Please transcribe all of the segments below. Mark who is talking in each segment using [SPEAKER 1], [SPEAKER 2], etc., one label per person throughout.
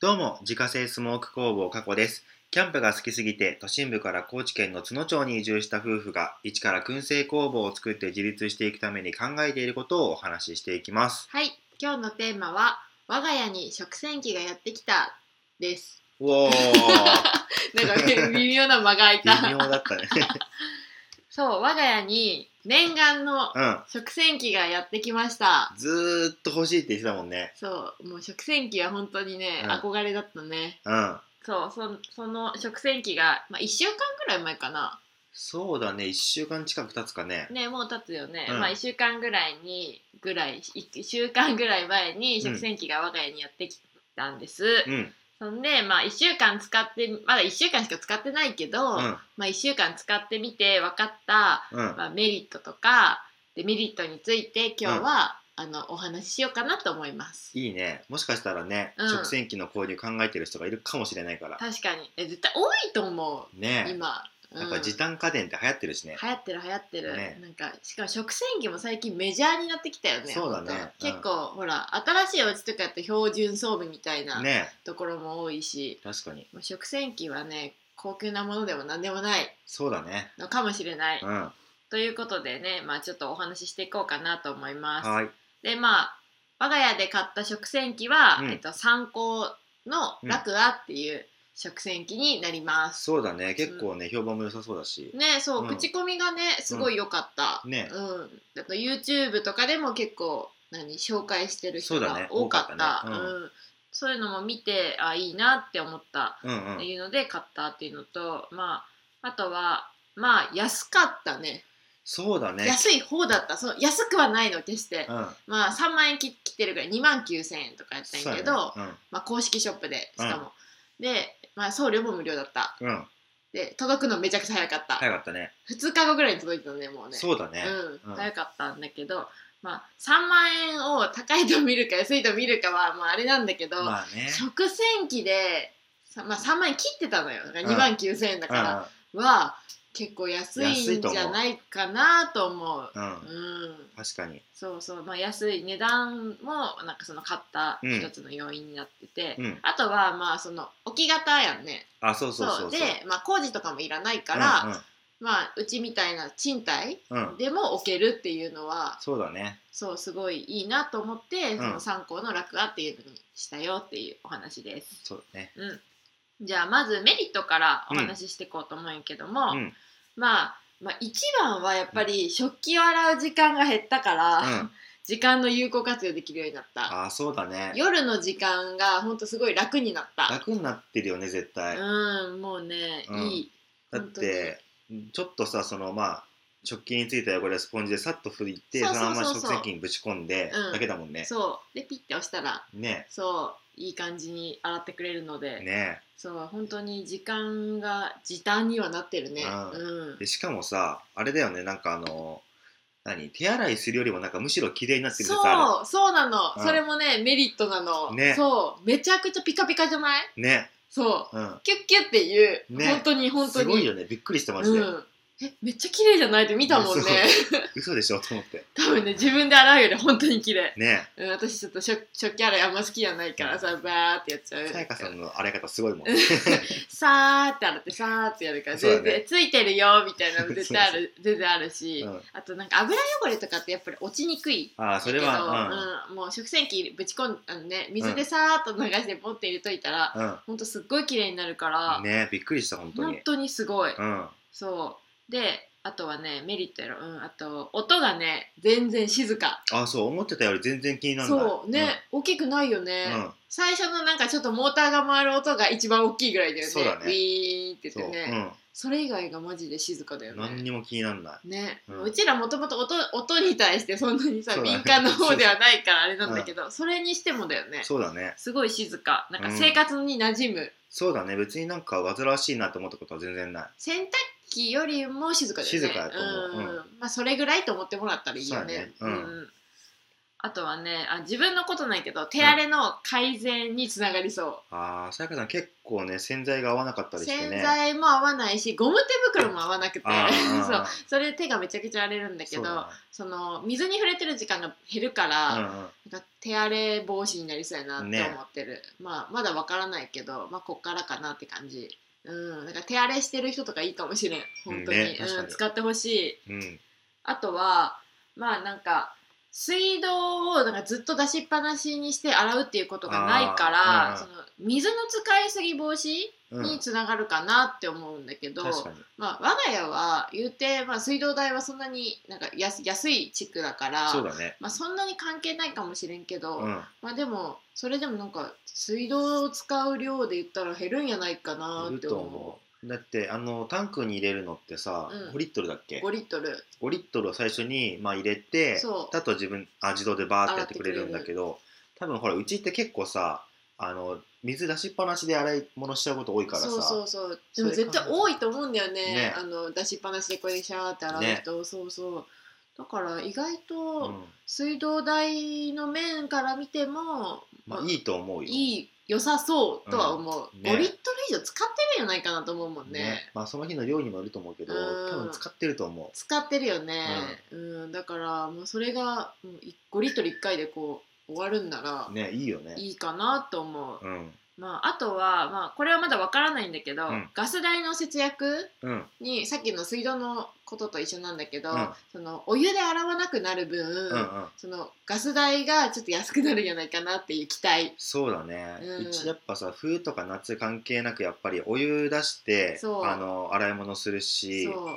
[SPEAKER 1] どうも、自家製スモーク工房加古です。キャンプが好きすぎて、都心部から高知県の津野町に移住した夫婦が、一から燻製工房を作って自立していくために考えていることをお話ししていきます。
[SPEAKER 2] はい、今日のテーマは我が家に食洗機がやってきたです。
[SPEAKER 1] う おー
[SPEAKER 2] なんかね微妙な間が空い
[SPEAKER 1] 微
[SPEAKER 2] た。
[SPEAKER 1] 妙だったね。
[SPEAKER 2] そう、我が家に念願の
[SPEAKER 1] うん。
[SPEAKER 2] 食洗機がやってきました。
[SPEAKER 1] ずーっと欲しいって言ってたもんね。
[SPEAKER 2] そう、もう食洗機は本当にね、
[SPEAKER 1] うん
[SPEAKER 2] 憧れだったね。
[SPEAKER 1] うん。
[SPEAKER 2] そう、そその食洗機がまあ一週間ぐらい前かな。
[SPEAKER 1] そうだね、1週間近く経つかね。
[SPEAKER 2] ね、もう経つよね。
[SPEAKER 1] うん
[SPEAKER 2] まあ一週間ぐらいにぐらい一週間ぐらい前に食洗機が我が家にやってきたんです。
[SPEAKER 1] うん。
[SPEAKER 2] そんでまあ1週間使ってまだ1週間しか使ってないけど、
[SPEAKER 1] うん。
[SPEAKER 2] まあ、1週間使ってみて分かった、
[SPEAKER 1] うん。
[SPEAKER 2] まあ、メリットとかデメリットについて今日は、あのお話ししようかなと思います。
[SPEAKER 1] いいね。もしかしたらね、
[SPEAKER 2] うん
[SPEAKER 1] 食洗機の購入考えてる人がいるかもしれないから。
[SPEAKER 2] 確かにえ絶対多いと思う、
[SPEAKER 1] ね
[SPEAKER 2] 今、うん
[SPEAKER 1] やっぱ時短家電って流行ってるしね。
[SPEAKER 2] 流行ってる流行ってる、
[SPEAKER 1] ね
[SPEAKER 2] なんかしかも食洗機も最近メジャーになってきたよね
[SPEAKER 1] そうだね
[SPEAKER 2] 本当
[SPEAKER 1] うん
[SPEAKER 2] 結構ほら新しいお家とかやって標準装備みたいな
[SPEAKER 1] ね
[SPEAKER 2] ところも多いし、
[SPEAKER 1] 確かに。
[SPEAKER 2] まあ食洗機はね高級なものでも何でもない
[SPEAKER 1] そうだね。
[SPEAKER 2] のかもしれない、
[SPEAKER 1] うん。は
[SPEAKER 2] ということでね、まあ、ちょっとお話ししていこうかなと思います。
[SPEAKER 1] い。
[SPEAKER 2] でまあ我が家で買った食洗機は、
[SPEAKER 1] うん
[SPEAKER 2] えっと、参考のラクアっていう食洗機になります。
[SPEAKER 1] そうだね。結構ね、評判も良さそうだし。
[SPEAKER 2] ねそう、
[SPEAKER 1] うん
[SPEAKER 2] 口コミがねすごい良かった。
[SPEAKER 1] うんね
[SPEAKER 2] うん、あと YouTube とかでも結構何紹介してる人
[SPEAKER 1] そうだね
[SPEAKER 2] が多かった。
[SPEAKER 1] 多かったねう
[SPEAKER 2] うんそういうのも見てあいいなって思った
[SPEAKER 1] うんう
[SPEAKER 2] って
[SPEAKER 1] ん。
[SPEAKER 2] いうので買ったっていうのと、まああとはまあ安かったね
[SPEAKER 1] そうだね。
[SPEAKER 2] 安い方だったそう安くはないの決して、
[SPEAKER 1] うん。
[SPEAKER 2] まあ3万円切切ってるぐらい2万9千円とかやったん
[SPEAKER 1] そう
[SPEAKER 2] や
[SPEAKER 1] だ
[SPEAKER 2] け
[SPEAKER 1] ね
[SPEAKER 2] ど、まあ、公式ショップでしかも、で、まあ、送料も無料だった
[SPEAKER 1] うん。うん。
[SPEAKER 2] で届くのめちゃくちゃ早かった、
[SPEAKER 1] 早かったね。
[SPEAKER 2] 2日後ぐらいに届いたのねもうね
[SPEAKER 1] そうだね。
[SPEAKER 2] う、
[SPEAKER 1] うんん
[SPEAKER 2] 早かったんだけど、まあ、3万円を高いと見るか安いと見るかは、まあ、あれなんだけど、
[SPEAKER 1] まあね。
[SPEAKER 2] 食洗機で、さまあ、3万円切ってたのよだから
[SPEAKER 1] うん
[SPEAKER 2] 2万9千円だから、は結構安いんじゃないかなと思う。
[SPEAKER 1] うんうん。
[SPEAKER 2] うん
[SPEAKER 1] 確かに。
[SPEAKER 2] そうそう、まあ、安い値段もなんかその買った
[SPEAKER 1] うん
[SPEAKER 2] 一つの要因になってて、
[SPEAKER 1] うん。
[SPEAKER 2] あとはまあその置き型やんね
[SPEAKER 1] あ、そうそうそうそう。
[SPEAKER 2] で、まあ、工事とかもいらないから、まあ、うちみたいな賃貸
[SPEAKER 1] うん。うん。うん。
[SPEAKER 2] でも置けるっていうのは
[SPEAKER 1] そうだね。
[SPEAKER 2] そうすごいいいなと思って、
[SPEAKER 1] ん
[SPEAKER 2] その参考の楽屋っていうのにしたよっていうお話です。
[SPEAKER 1] そうだね。
[SPEAKER 2] うん、じゃあまずメリットからお話ししていこうと思うんやけども、
[SPEAKER 1] うん。
[SPEAKER 2] まあ、まあ一番はやっぱり食器を洗う時間が減ったから、
[SPEAKER 1] うん
[SPEAKER 2] 時間の有効活用できるようになった。
[SPEAKER 1] あ、そうだね。
[SPEAKER 2] 夜の時間がほんとすごい楽になった
[SPEAKER 1] 楽になってるよね、絶対。
[SPEAKER 2] うんもうね、
[SPEAKER 1] うん
[SPEAKER 2] いい
[SPEAKER 1] だって、ちょっとさ、そのまあ、食器についた汚れをスポンジでさっと拭いて、
[SPEAKER 2] そう
[SPEAKER 1] そ
[SPEAKER 2] そう
[SPEAKER 1] の
[SPEAKER 2] そう
[SPEAKER 1] ま
[SPEAKER 2] そう
[SPEAKER 1] ま食洗機にぶち込んで
[SPEAKER 2] うん
[SPEAKER 1] だけだもんね。
[SPEAKER 2] そうでピッて押したら
[SPEAKER 1] ね。
[SPEAKER 2] そういい感じに洗ってくれるので、
[SPEAKER 1] ね。
[SPEAKER 2] そう本当に時間が時短にはなってるね
[SPEAKER 1] うん
[SPEAKER 2] うん
[SPEAKER 1] でしかもさあれだよねなんかあの何手洗いするよりもなんかむしろ綺麗になってる説あ
[SPEAKER 2] そうそうなの、
[SPEAKER 1] うん
[SPEAKER 2] それもねメリットなの、
[SPEAKER 1] ね
[SPEAKER 2] そうめちゃくちゃピカピカじゃない
[SPEAKER 1] るね
[SPEAKER 2] そう
[SPEAKER 1] うん
[SPEAKER 2] キュッキュっていう、
[SPEAKER 1] ね
[SPEAKER 2] 本当に本当
[SPEAKER 1] す
[SPEAKER 2] に
[SPEAKER 1] ごいよねびっくりしたマジ
[SPEAKER 2] う
[SPEAKER 1] で、
[SPEAKER 2] ん、えめっちゃ綺麗じゃないって見たもんね
[SPEAKER 1] ね嘘でしょと思って
[SPEAKER 2] 多分ね自分で洗うより本当に綺麗
[SPEAKER 1] ね
[SPEAKER 2] うん、私ちょっと食食器洗いあんま好きじゃないからさバーってやっちゃう
[SPEAKER 1] さやかさんの洗い方すごいもん
[SPEAKER 2] さーって洗ってさーってやるから
[SPEAKER 1] そうだ
[SPEAKER 2] 全
[SPEAKER 1] ね
[SPEAKER 2] 然、ついてるよみたいなの絶対ある全然あるし、
[SPEAKER 1] うん
[SPEAKER 2] あとなんか油汚れとかってやっぱり落ちにくい
[SPEAKER 1] ああそ
[SPEAKER 2] け
[SPEAKER 1] れ
[SPEAKER 2] ど
[SPEAKER 1] は、
[SPEAKER 2] うんもう食洗機ぶち込んあのね水でさーっと流してポンって入れといたら、
[SPEAKER 1] うんうん
[SPEAKER 2] ほんとすっごい綺麗になるから、
[SPEAKER 1] ねびっくりした本当
[SPEAKER 2] 本
[SPEAKER 1] に
[SPEAKER 2] 当にすごい、
[SPEAKER 1] うん
[SPEAKER 2] そうであとはねメリットやろ、うん、あと音がね全然静か
[SPEAKER 1] あそう思ってたより全然気にならない
[SPEAKER 2] そうね、大きくないよね
[SPEAKER 1] う、ん、うん
[SPEAKER 2] 最初のなんかちょっとモーターが回る音が一番大きいぐらいだよね
[SPEAKER 1] そうだね
[SPEAKER 2] ウィーンって
[SPEAKER 1] そう
[SPEAKER 2] 言ってねそれ以外がマジで静かだ
[SPEAKER 1] う
[SPEAKER 2] よ
[SPEAKER 1] ん、何
[SPEAKER 2] ね。
[SPEAKER 1] にも気にならない
[SPEAKER 2] ね、
[SPEAKER 1] う
[SPEAKER 2] うんちらもともと音音に対してそんなにさ、
[SPEAKER 1] そうだね
[SPEAKER 2] 敏感の方ではないからあれなんだけど、それにしてもだよね
[SPEAKER 1] そうだね
[SPEAKER 2] すごい静かなんか
[SPEAKER 1] うん
[SPEAKER 2] 生活に馴染む、
[SPEAKER 1] そうだね別になんか煩わしいなと思ったことは全然ない
[SPEAKER 2] 洗濯機よりも静かだよね
[SPEAKER 1] 静かだと思ううん
[SPEAKER 2] まあそれぐらいと思ってもらったらいいよね
[SPEAKER 1] そうだねうん
[SPEAKER 2] あとはねあ自分のことないけど手荒れの改善につながりそ
[SPEAKER 1] ああさやかさん結構ね洗剤が合わなかった
[SPEAKER 2] う、
[SPEAKER 1] りして
[SPEAKER 2] 洗
[SPEAKER 1] ね
[SPEAKER 2] 剤も合わないしゴム手袋も合わなくて
[SPEAKER 1] あー
[SPEAKER 2] そうそれで手がめちゃくちゃ荒れるんだけ
[SPEAKER 1] そう
[SPEAKER 2] ど
[SPEAKER 1] だ
[SPEAKER 2] そ
[SPEAKER 1] な
[SPEAKER 2] の水に触れてる時間が減るから、なんか手荒れ防止になりそうやなって
[SPEAKER 1] ね
[SPEAKER 2] 思ってる、まあまだわからないけど、まあ、こっからかなって感じうんなんか手荒れしてる人とかいいかもしれん本当に,、
[SPEAKER 1] ね確か
[SPEAKER 2] うん、
[SPEAKER 1] に
[SPEAKER 2] 使ってほしい
[SPEAKER 1] うんうんうん
[SPEAKER 2] あとはまあなんか水道をなんかずっと出しっぱなしにして洗うっていうことがないから、
[SPEAKER 1] あー
[SPEAKER 2] そ
[SPEAKER 1] うん
[SPEAKER 2] の水の使いすぎ防止
[SPEAKER 1] うん
[SPEAKER 2] につながるかなって思うんだけど、
[SPEAKER 1] 確かに
[SPEAKER 2] まあ、我が家は言うて、まあ、水道代はそんなになんか安安い地区だから
[SPEAKER 1] そうだね
[SPEAKER 2] まあ、そんなに関係ないかもしれんけど、
[SPEAKER 1] うん
[SPEAKER 2] まあでもそれでもなんか水道を使う量で言ったら減るんやないかないっ
[SPEAKER 1] る
[SPEAKER 2] て
[SPEAKER 1] と
[SPEAKER 2] 思う
[SPEAKER 1] 思うだってあのタンクに入れるのってさ、
[SPEAKER 2] うん
[SPEAKER 1] 5リットルだっけ
[SPEAKER 2] 5リットル
[SPEAKER 1] 5リットルを最初に、まあ、入れて
[SPEAKER 2] そう
[SPEAKER 1] だと自分あ自動でバーってやってくれるんだけど多分ほらうちって結構さあの水出しっぱなしで洗い物しちゃうこと多いからさ
[SPEAKER 2] そうそうそうでも
[SPEAKER 1] それ
[SPEAKER 2] 絶対多いと思うんだよね
[SPEAKER 1] ね
[SPEAKER 2] あの出しっぱなしでこれでシャーって洗う人、そうそうだから意外
[SPEAKER 1] う
[SPEAKER 2] と
[SPEAKER 1] ん
[SPEAKER 2] 水道代の面から見ても、
[SPEAKER 1] まあ、いいと思うよ
[SPEAKER 2] いい良さそうとは思う、
[SPEAKER 1] うんね
[SPEAKER 2] 5リットル以上使ってるんやないかなと思うもんね
[SPEAKER 1] まあ、その日の量にもよると思うけど
[SPEAKER 2] うん
[SPEAKER 1] 多分使ってると思
[SPEAKER 2] 使ってるよね、うんだからもうそれがもうい5リットル1回でこう終わるんなら
[SPEAKER 1] うねいいよね
[SPEAKER 2] いいかなと思う、
[SPEAKER 1] うん
[SPEAKER 2] まあ、あとは、まあ、これはまだわからないんだけど、
[SPEAKER 1] うん
[SPEAKER 2] ガス代の節約
[SPEAKER 1] うん
[SPEAKER 2] にさっきの水道のことと一緒なんだけど、
[SPEAKER 1] うん
[SPEAKER 2] そのお湯で洗わなくなる分、
[SPEAKER 1] うんうん
[SPEAKER 2] そのガス代がちょっと安くなるんじゃないかなっていう期待
[SPEAKER 1] そうだね、う
[SPEAKER 2] うん
[SPEAKER 1] ちやっぱさ冬とか夏関係なくやっぱりお湯出して
[SPEAKER 2] そう
[SPEAKER 1] あの洗い物するし
[SPEAKER 2] そ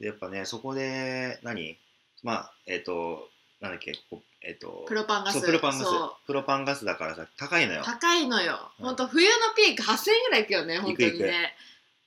[SPEAKER 2] う
[SPEAKER 1] やっぱねそこで何まあえっ、となんだっけこえっ、と
[SPEAKER 2] プロパンガス
[SPEAKER 1] そうプロパンガス
[SPEAKER 2] そう
[SPEAKER 1] プロパンガスだからさ高いのよ
[SPEAKER 2] 高いのよ
[SPEAKER 1] うん
[SPEAKER 2] 本当冬のピーク8000円ぐらいいくよね本当
[SPEAKER 1] いく
[SPEAKER 2] に
[SPEAKER 1] い
[SPEAKER 2] ね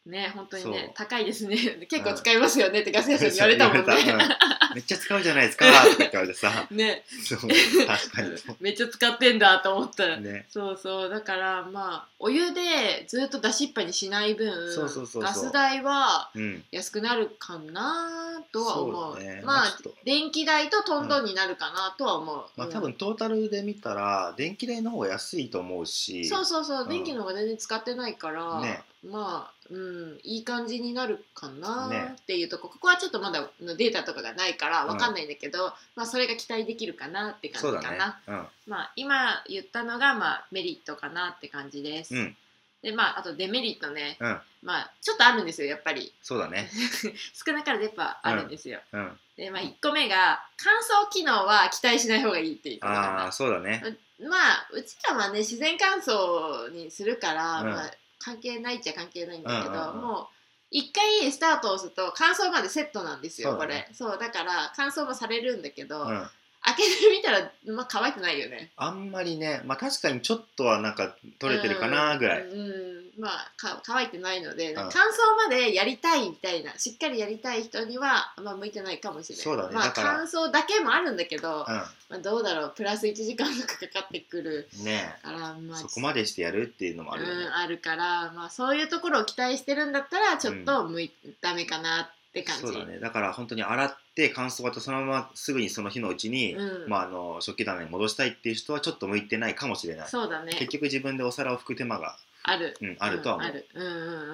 [SPEAKER 2] ね本当に
[SPEAKER 1] そう
[SPEAKER 2] ね高 いですね結構使いますよねってガス屋さんに言われたも
[SPEAKER 1] そ
[SPEAKER 2] ん
[SPEAKER 1] う言わ
[SPEAKER 2] ね
[SPEAKER 1] れたうんめっちゃ使うじゃないですかって言われて さ
[SPEAKER 2] ね
[SPEAKER 1] そう確かにそ
[SPEAKER 2] めっちゃ使ってんだと思った、
[SPEAKER 1] うね
[SPEAKER 2] そうそうだからまあお湯でずっと出しっぱにしない分
[SPEAKER 1] そうそうそうそう
[SPEAKER 2] ガス代は
[SPEAKER 1] うん
[SPEAKER 2] 安くなるかなとは思
[SPEAKER 1] そう
[SPEAKER 2] う
[SPEAKER 1] だねま
[SPEAKER 2] ま
[SPEAKER 1] あ
[SPEAKER 2] あ
[SPEAKER 1] ちょっと
[SPEAKER 2] 電気代とトントンになるかなとは思う、
[SPEAKER 1] まあ
[SPEAKER 2] うん
[SPEAKER 1] 多分トータルで見たら電気代の方が安いと思うし
[SPEAKER 2] そうそうそううん電気の方が全然使ってないから、
[SPEAKER 1] ね
[SPEAKER 2] まあ、うん、いい感じになるか
[SPEAKER 1] ね
[SPEAKER 2] なっていうとこ、ここはちょっとまだデータとかがないからわかんないんだけど、まあそれが期待できるかなって感
[SPEAKER 1] そう
[SPEAKER 2] じ
[SPEAKER 1] だ
[SPEAKER 2] か
[SPEAKER 1] ね
[SPEAKER 2] な、まあ今言ったのがまあメリットかなって感じです、
[SPEAKER 1] うんうん
[SPEAKER 2] でまああとデメリットね
[SPEAKER 1] うん
[SPEAKER 2] まあちょっとあるんですよやっぱり
[SPEAKER 1] そうだね
[SPEAKER 2] 少なからずやっぱあるんですよ、
[SPEAKER 1] うん
[SPEAKER 2] でまあ1個目が乾燥機能は期待しない方がいいっていうことかな
[SPEAKER 1] ああそうだね
[SPEAKER 2] まあうちらはね自然乾燥にするから、
[SPEAKER 1] うん
[SPEAKER 2] まあ、関係ないっちゃ関係ないんだけ
[SPEAKER 1] うん
[SPEAKER 2] ど、
[SPEAKER 1] うんうん
[SPEAKER 2] もう一回スタートを押すと乾燥までセットなんですよ
[SPEAKER 1] そうだ
[SPEAKER 2] こ
[SPEAKER 1] ね
[SPEAKER 2] れそうだから乾燥もされるんだけど、
[SPEAKER 1] うん
[SPEAKER 2] 開けてみたら、まあ、乾いてないよね
[SPEAKER 1] あんまりねまあ確かにちょっとはなんか取れてるかなぐらい
[SPEAKER 2] うん、うんまあか乾いてないので、
[SPEAKER 1] ん
[SPEAKER 2] 乾燥までやりたいみたいなしっかりやりたい人には、まあ、向いてないかもしれない
[SPEAKER 1] そうだね
[SPEAKER 2] ま
[SPEAKER 1] だ
[SPEAKER 2] あ、
[SPEAKER 1] から
[SPEAKER 2] 乾燥だけもあるんだけど、
[SPEAKER 1] う
[SPEAKER 2] まあ、どうだろうプラス1時間とかかかってくる
[SPEAKER 1] んね
[SPEAKER 2] からまあ
[SPEAKER 1] そこまでしてやるっていうのもあるよね
[SPEAKER 2] うん、あるから、まあ、そういうところを期待してるんだったらちょっと向い、ダメかなって感じ
[SPEAKER 1] そうだねだから本当に洗って乾燥がとそのまますぐにその日のうちに、
[SPEAKER 2] うん
[SPEAKER 1] まあ、あの食器棚に戻したいっていう人はちょっと向いてないかもしれない
[SPEAKER 2] そうだね
[SPEAKER 1] 結局自分でお皿を拭く手間が、
[SPEAKER 2] ある
[SPEAKER 1] うん、あるとは思
[SPEAKER 2] うんあ
[SPEAKER 1] う、
[SPEAKER 2] るうんうんう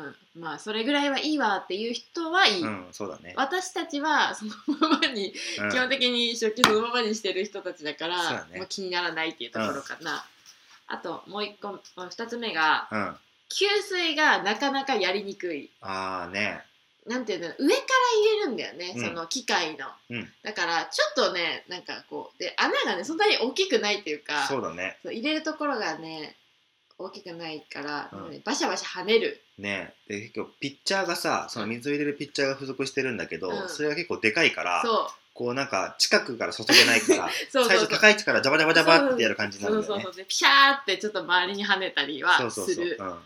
[SPEAKER 2] んまあそれぐらいはいいわっていう人はいい、
[SPEAKER 1] うんそうだね、
[SPEAKER 2] 私たちはそのままに、
[SPEAKER 1] うん
[SPEAKER 2] 基本的に食器そのままにしてる人たちだから
[SPEAKER 1] そうだね
[SPEAKER 2] まあ気にならないっていうところかな、あともう一個まあ二つ目が
[SPEAKER 1] うん、あ
[SPEAKER 2] 給水がなかなかやりにくい
[SPEAKER 1] あね
[SPEAKER 2] なんていうの上から入れるんだよね、
[SPEAKER 1] うん
[SPEAKER 2] その機械の、
[SPEAKER 1] うん
[SPEAKER 2] だからちょっとねなんかこうで穴がねそんなに大きくないっていうか
[SPEAKER 1] そうだね
[SPEAKER 2] そう入れるところがね大きくないから、
[SPEAKER 1] うん
[SPEAKER 2] ねバシャバシャ跳ねる
[SPEAKER 1] ねで結構ピッチャーがさその水を入れるピッチャーが付属してるんだけど、
[SPEAKER 2] うん
[SPEAKER 1] それが結構でかいから
[SPEAKER 2] そう
[SPEAKER 1] こうなんか近くから注げないから
[SPEAKER 2] そうそう
[SPEAKER 1] 最
[SPEAKER 2] そう
[SPEAKER 1] 初高い位置からジャバジャバジャバってやる感じにな
[SPEAKER 2] そ
[SPEAKER 1] る
[SPEAKER 2] うん
[SPEAKER 1] だ
[SPEAKER 2] そ
[SPEAKER 1] よ
[SPEAKER 2] う
[SPEAKER 1] ね
[SPEAKER 2] そうでピシャーってちょっと周りに跳ねたりはする
[SPEAKER 1] そうそうそう、うん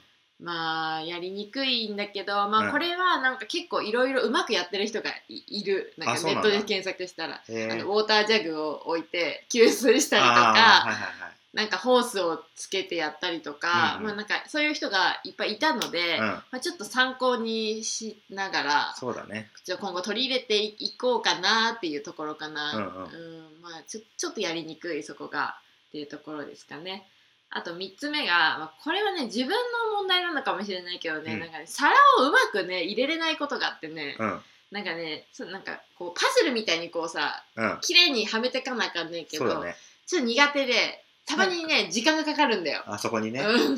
[SPEAKER 2] まあやりにくいんだけど、
[SPEAKER 1] う
[SPEAKER 2] ま
[SPEAKER 1] ん
[SPEAKER 2] あ、これはなんか結構いろいろうまくやってる人がいいるなん
[SPEAKER 1] あ
[SPEAKER 2] か
[SPEAKER 1] そう
[SPEAKER 2] ネ
[SPEAKER 1] なん
[SPEAKER 2] ッ
[SPEAKER 1] だ
[SPEAKER 2] トで検索したら。
[SPEAKER 1] へ
[SPEAKER 2] あ
[SPEAKER 1] ー
[SPEAKER 2] のウォータージャグを置いて給水したりと
[SPEAKER 1] あ
[SPEAKER 2] か
[SPEAKER 1] ーはいはいはい
[SPEAKER 2] なんかホースをつけてやったりと
[SPEAKER 1] うん
[SPEAKER 2] か、
[SPEAKER 1] うん
[SPEAKER 2] まあ、なんかそういう人がいっぱいいたので、
[SPEAKER 1] う
[SPEAKER 2] ま
[SPEAKER 1] ん、
[SPEAKER 2] あ、ちょっと参考にしながら
[SPEAKER 1] そうだね。
[SPEAKER 2] ちょっと今後取り入れていこうかなっていうところか
[SPEAKER 1] う
[SPEAKER 2] な、
[SPEAKER 1] んうん。
[SPEAKER 2] うんまあ、ちょちょっとやりにくいそこがっていうところですかね。あと3つ目が、まあ、これはね自分の問題なのかもしれないけどね、
[SPEAKER 1] うん
[SPEAKER 2] なんかね皿をうまくね入れれないことがあってね、
[SPEAKER 1] うん
[SPEAKER 2] なんかねそうなんかこうパズルみたいにこうさ
[SPEAKER 1] うん。
[SPEAKER 2] 綺麗にはめてかなあかんねんけ
[SPEAKER 1] そ
[SPEAKER 2] ど、
[SPEAKER 1] うだね。
[SPEAKER 2] ちょっと苦手でたまにね時間がかかるんだよ。
[SPEAKER 1] あそこにね。
[SPEAKER 2] うん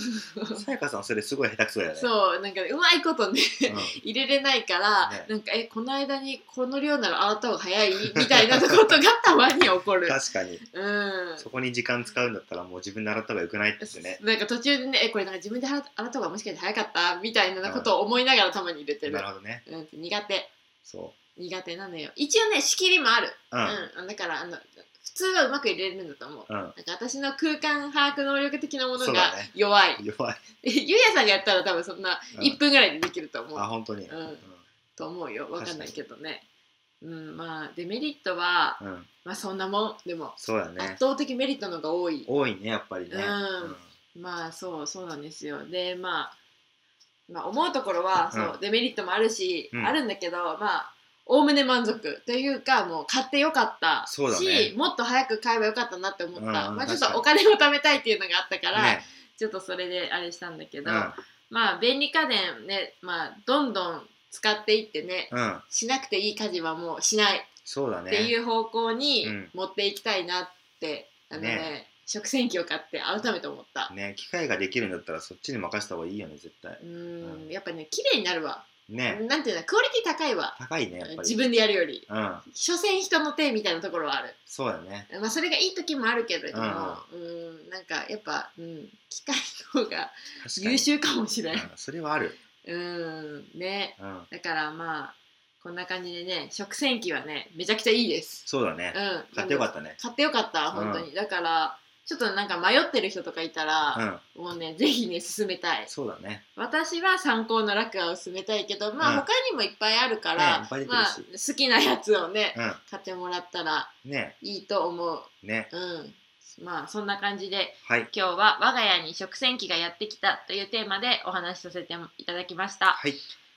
[SPEAKER 1] さやかさんそれすごい下手くそだよね。
[SPEAKER 2] そうなんかねうまいことね
[SPEAKER 1] うん
[SPEAKER 2] 入れれないから、
[SPEAKER 1] ね
[SPEAKER 2] なんかえこの間にこの量なら洗った方が早いみたいなことがたまに起こる。
[SPEAKER 1] 確かに。
[SPEAKER 2] うん
[SPEAKER 1] そこに時間使うんだったらもう自分で洗った方がよくないってね。
[SPEAKER 2] なんか途中でねえこれなんか自分で洗った洗った方がもしかして早かったみたいなことを思いながらたまに入れてる
[SPEAKER 1] な、るほどね。
[SPEAKER 2] うん、苦手
[SPEAKER 1] そ
[SPEAKER 2] 苦手なのよ一応ね仕切りもある、
[SPEAKER 1] う。うん。
[SPEAKER 2] うんだからあの普通はうまく入れれるんだと思う
[SPEAKER 1] うん。
[SPEAKER 2] なんか私の空間把握能力的なもの
[SPEAKER 1] そう
[SPEAKER 2] が
[SPEAKER 1] だね
[SPEAKER 2] 弱い、
[SPEAKER 1] 弱い。
[SPEAKER 2] ゆうやさんがやったら多分そんな
[SPEAKER 1] うん
[SPEAKER 2] 1分ぐらいでできると思う、
[SPEAKER 1] あ、本当に。
[SPEAKER 2] う
[SPEAKER 1] うんん。
[SPEAKER 2] と思うよわかんないけどねうんまあデメリットは
[SPEAKER 1] うん。
[SPEAKER 2] まあそんなもんでも、
[SPEAKER 1] そうだ
[SPEAKER 2] 圧
[SPEAKER 1] ね。
[SPEAKER 2] 倒的メリットの方が多い
[SPEAKER 1] 多いね、やっぱりね。
[SPEAKER 2] うんまあそうそうなんですよでまあまあ思うところはそう、
[SPEAKER 1] う
[SPEAKER 2] デメリットもあるし、
[SPEAKER 1] うん
[SPEAKER 2] あるんだけどまあおおむね満足というかもう買ってよかったし
[SPEAKER 1] そうだね
[SPEAKER 2] もっと早く買えばよかったなって思った、
[SPEAKER 1] うんうん
[SPEAKER 2] まあ、ちょ
[SPEAKER 1] 確
[SPEAKER 2] っ
[SPEAKER 1] か
[SPEAKER 2] と
[SPEAKER 1] に
[SPEAKER 2] お金を貯めたいっていうのがあったから、
[SPEAKER 1] ね。
[SPEAKER 2] ちょっとそれであれしたんだけ
[SPEAKER 1] う
[SPEAKER 2] ど、
[SPEAKER 1] ん。
[SPEAKER 2] まあ便利家電ね、まあ、どんどん使っていってね
[SPEAKER 1] うん。
[SPEAKER 2] しなくていい家事はもうしない
[SPEAKER 1] そうだ
[SPEAKER 2] って
[SPEAKER 1] ね。
[SPEAKER 2] いう方向に
[SPEAKER 1] うん
[SPEAKER 2] 持っていきたいなって、あのね
[SPEAKER 1] ね
[SPEAKER 2] 食洗機を買って改めて思った。
[SPEAKER 1] ね、機械ができるんだったらそっちに任せた方がいいよね、絶対
[SPEAKER 2] う。ー
[SPEAKER 1] うんん
[SPEAKER 2] やっぱね綺麗になるわ、
[SPEAKER 1] ね。
[SPEAKER 2] なんていうのクオリティ高いわ
[SPEAKER 1] 高いね、やっぱり。
[SPEAKER 2] 自分でやるより
[SPEAKER 1] うん。
[SPEAKER 2] 所詮人の手みたいなところはある、
[SPEAKER 1] そうだね。
[SPEAKER 2] まあ、それがいい時もあるけれども、うーんなんかやっぱ、うん、機械の方が
[SPEAKER 1] 確かに
[SPEAKER 2] 優秀かもしれん
[SPEAKER 1] うんそれはある。
[SPEAKER 2] うーんね
[SPEAKER 1] うん。
[SPEAKER 2] だからまあこんな感じでね食洗機はねめちゃくちゃいいです、
[SPEAKER 1] そうだ
[SPEAKER 2] うん
[SPEAKER 1] ね。、買ってよかったね。
[SPEAKER 2] 買ってよかった本当に、だからちょっとなんか迷ってる人とかいた
[SPEAKER 1] う
[SPEAKER 2] ら、
[SPEAKER 1] ん。
[SPEAKER 2] もうねぜひね進めたい
[SPEAKER 1] そうだね。
[SPEAKER 2] 私は参考の楽を勧めたいけどまあ、
[SPEAKER 1] うん
[SPEAKER 2] 他にもいっぱいあるから、
[SPEAKER 1] ねいっぱい出て
[SPEAKER 2] ま
[SPEAKER 1] る
[SPEAKER 2] あ、
[SPEAKER 1] し
[SPEAKER 2] 好きなやつをね
[SPEAKER 1] う
[SPEAKER 2] 買ってもらったら
[SPEAKER 1] ん。ね。
[SPEAKER 2] いいと思う
[SPEAKER 1] ね。
[SPEAKER 2] うんまあそんな感じで
[SPEAKER 1] はい。
[SPEAKER 2] 今日は「我が家に食洗機がやってきた」というテーマでお話しさせていただきました
[SPEAKER 1] はい。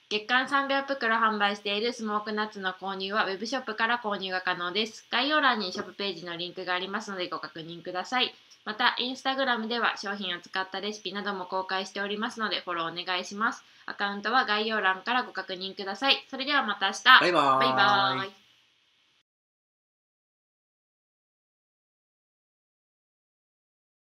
[SPEAKER 2] 月間300袋販売しているスモークナッツの購入はウェブショップから購入が可能です概要欄にショップページのリンクがありますのでご確認くださいまたインスタグラムでは商品を使ったレシピなども公開しておりますのでフォローお願いしますアカウントは概要欄からご確認くださいそれではまた明日
[SPEAKER 1] バイバー
[SPEAKER 2] バイバーイ